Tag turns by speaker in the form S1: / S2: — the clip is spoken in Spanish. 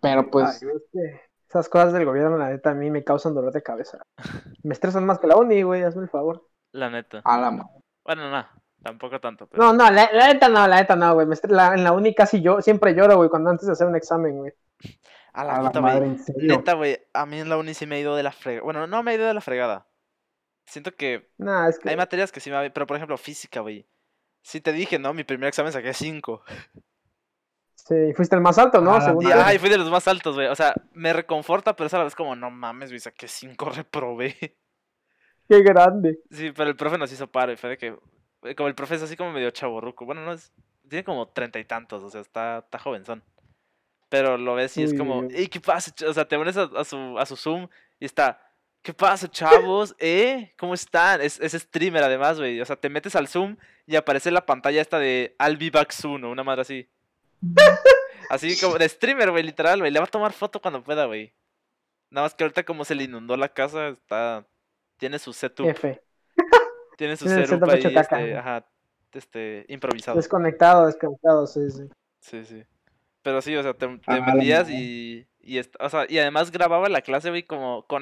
S1: Pero pues.
S2: Ay, es que esas cosas del gobierno, la neta, a mí me causan dolor de cabeza. Me estresan más que la uni, güey, hazme el favor.
S3: La neta.
S1: A la ma-
S3: Bueno, no, tampoco tanto. Pero...
S2: No, no, la, la neta no, la neta no, güey. Me estre- la- en la uni casi yo siempre lloro, güey, cuando antes de hacer un examen, güey.
S3: a la,
S1: a la
S3: puta, güey.
S1: madre, en serio.
S3: Neta, güey, a mí en la uni sí me ha ido de la fregada. Bueno, no me ha ido de la fregada. Siento que
S2: Nah, es que.
S3: hay materias que sí me ha pero por ejemplo, física, güey. Sí te dije, ¿no? Mi primer examen saqué 5.
S2: Sí, fuiste el más alto, ¿no?
S1: Ah,
S2: Según
S3: Y
S1: Madre.
S2: yo.
S3: ay, fui de los más altos, güey. O sea, me reconforta, pero es a la vez como, no mames, güey, saqué 5, reprobé.
S2: Qué grande.
S3: Sí, pero el profe nos hizo paro y fue de que. eh, Como el profe es así como medio chaborruco. Bueno, no es. Tiene como treinta y tantos, o sea, está, está jovenzón. Pero lo ves y es
S2: Uy,
S3: como,
S2: Dios.
S3: ¡Ey, qué pasa! ch-?" O sea, te pones a, a su, a su Zoom y está, ¿qué pasa, chavos? ¿Eh? ¿Cómo están? Es, es streamer además, güey. O sea, te metes al Zoom y aparece la pantalla esta de I'll be back soon o una madre así. Así como de streamer, güey, literal, güey. Le va a tomar foto cuando pueda, güey. Nada más que ahorita como se le inundó la casa, está. Tiene su setup.
S2: F.
S3: Tiene su
S2: Tiene el
S3: setup
S2: setup
S3: ahí,
S2: hecho caca.
S3: este, ajá, este, improvisado.
S2: Desconectado, desconectado, sí, sí.
S3: Sí, sí. Pero sí, o sea, te, te
S1: Ah, la
S3: metías
S1: madre.
S3: y, y, est- o sea, y además grababa la clase, güey, como con el